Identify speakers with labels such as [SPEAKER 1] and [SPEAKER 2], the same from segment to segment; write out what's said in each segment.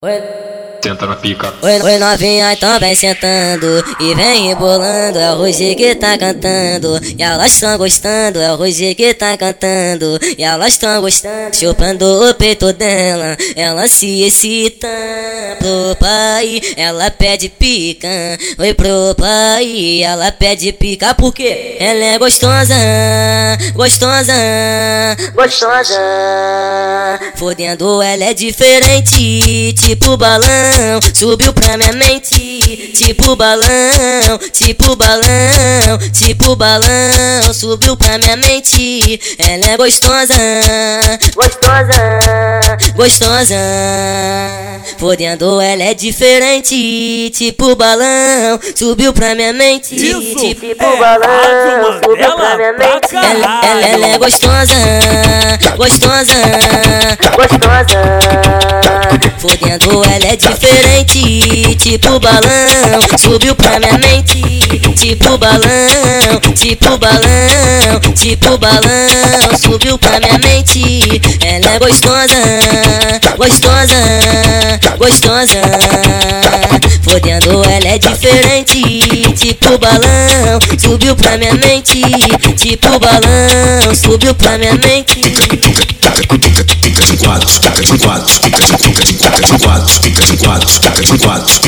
[SPEAKER 1] Oi,
[SPEAKER 2] Senta na pica,
[SPEAKER 1] oi, oi novinha, então vem sentando E vem rebolando, é o Rose que tá cantando E elas tão gostando, é o Rose que tá cantando E elas tão gostando, chupando o peito dela Ela se excita pro pai, ela pede pica Oi pro pai, ela pede pica porque Ela é gostosa, gostosa, gostosa Fodendo ela é diferente, tipo balão, subiu pra minha mente, tipo balão, tipo balão, tipo balão, subiu pra minha mente, ela é gostosa, gostosa, gostosa. Fodendo ela é diferente, tipo balão, subiu pra minha mente,
[SPEAKER 3] Isso
[SPEAKER 1] tipo
[SPEAKER 3] é
[SPEAKER 1] balão,
[SPEAKER 3] Rádio tá
[SPEAKER 1] subiu pra
[SPEAKER 3] Mandela
[SPEAKER 1] minha
[SPEAKER 3] pra
[SPEAKER 1] mente.
[SPEAKER 3] caralho.
[SPEAKER 1] Ela, ela, ela é gostosa, gostosa, gostosa. Fodendo ela é diferente, tipo balão, subiu pra minha mente. Tipo balão, tipo balão, tipo balão, subiu pra minha mente. Ela é gostosa, gostosa, gostosa. Fodendo ela é diferente, tipo balão, subiu pra minha mente. Tipo balão, subiu pra minha mente.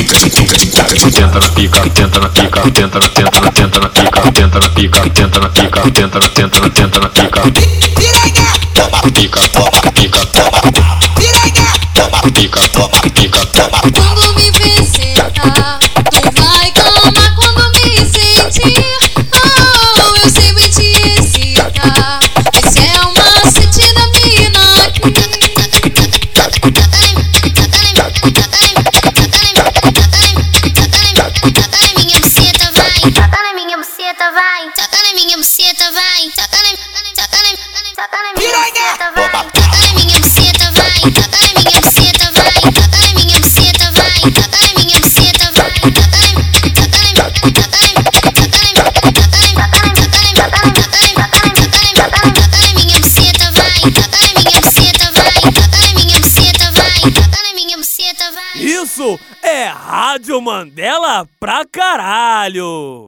[SPEAKER 2] senta na pica, senta na pica, senta na senta na senta na pica, senta na pica, senta na pica, senta na senta na senta na pica. Pica, pica, pica, pica, pica, pica.
[SPEAKER 4] Quando me ver sentar, tu vai clamar quando me sentir. Oh, eu sei me te excitar. Esse é o macete da mina
[SPEAKER 5] Toca na minha buceta, vai. Toca na minha buceta, vai. Toca na, toca na, toca na minha buceta, vai. Toca na minha buceta, vai. Toca na minha buceta, vai. Toca na minha buceta, vai. Toca na minha buceta, vai. Toca na, toca na, toca na, toca na, toca na, toca na, toca na, toca na, toca na, toca na, toca na, toca na minha buceta, vai. Toca na minha buceta, vai. Toca na minha buceta, vai. Toca na minha buceta, vai.
[SPEAKER 3] Isso é Rádio Mandela pra caralho!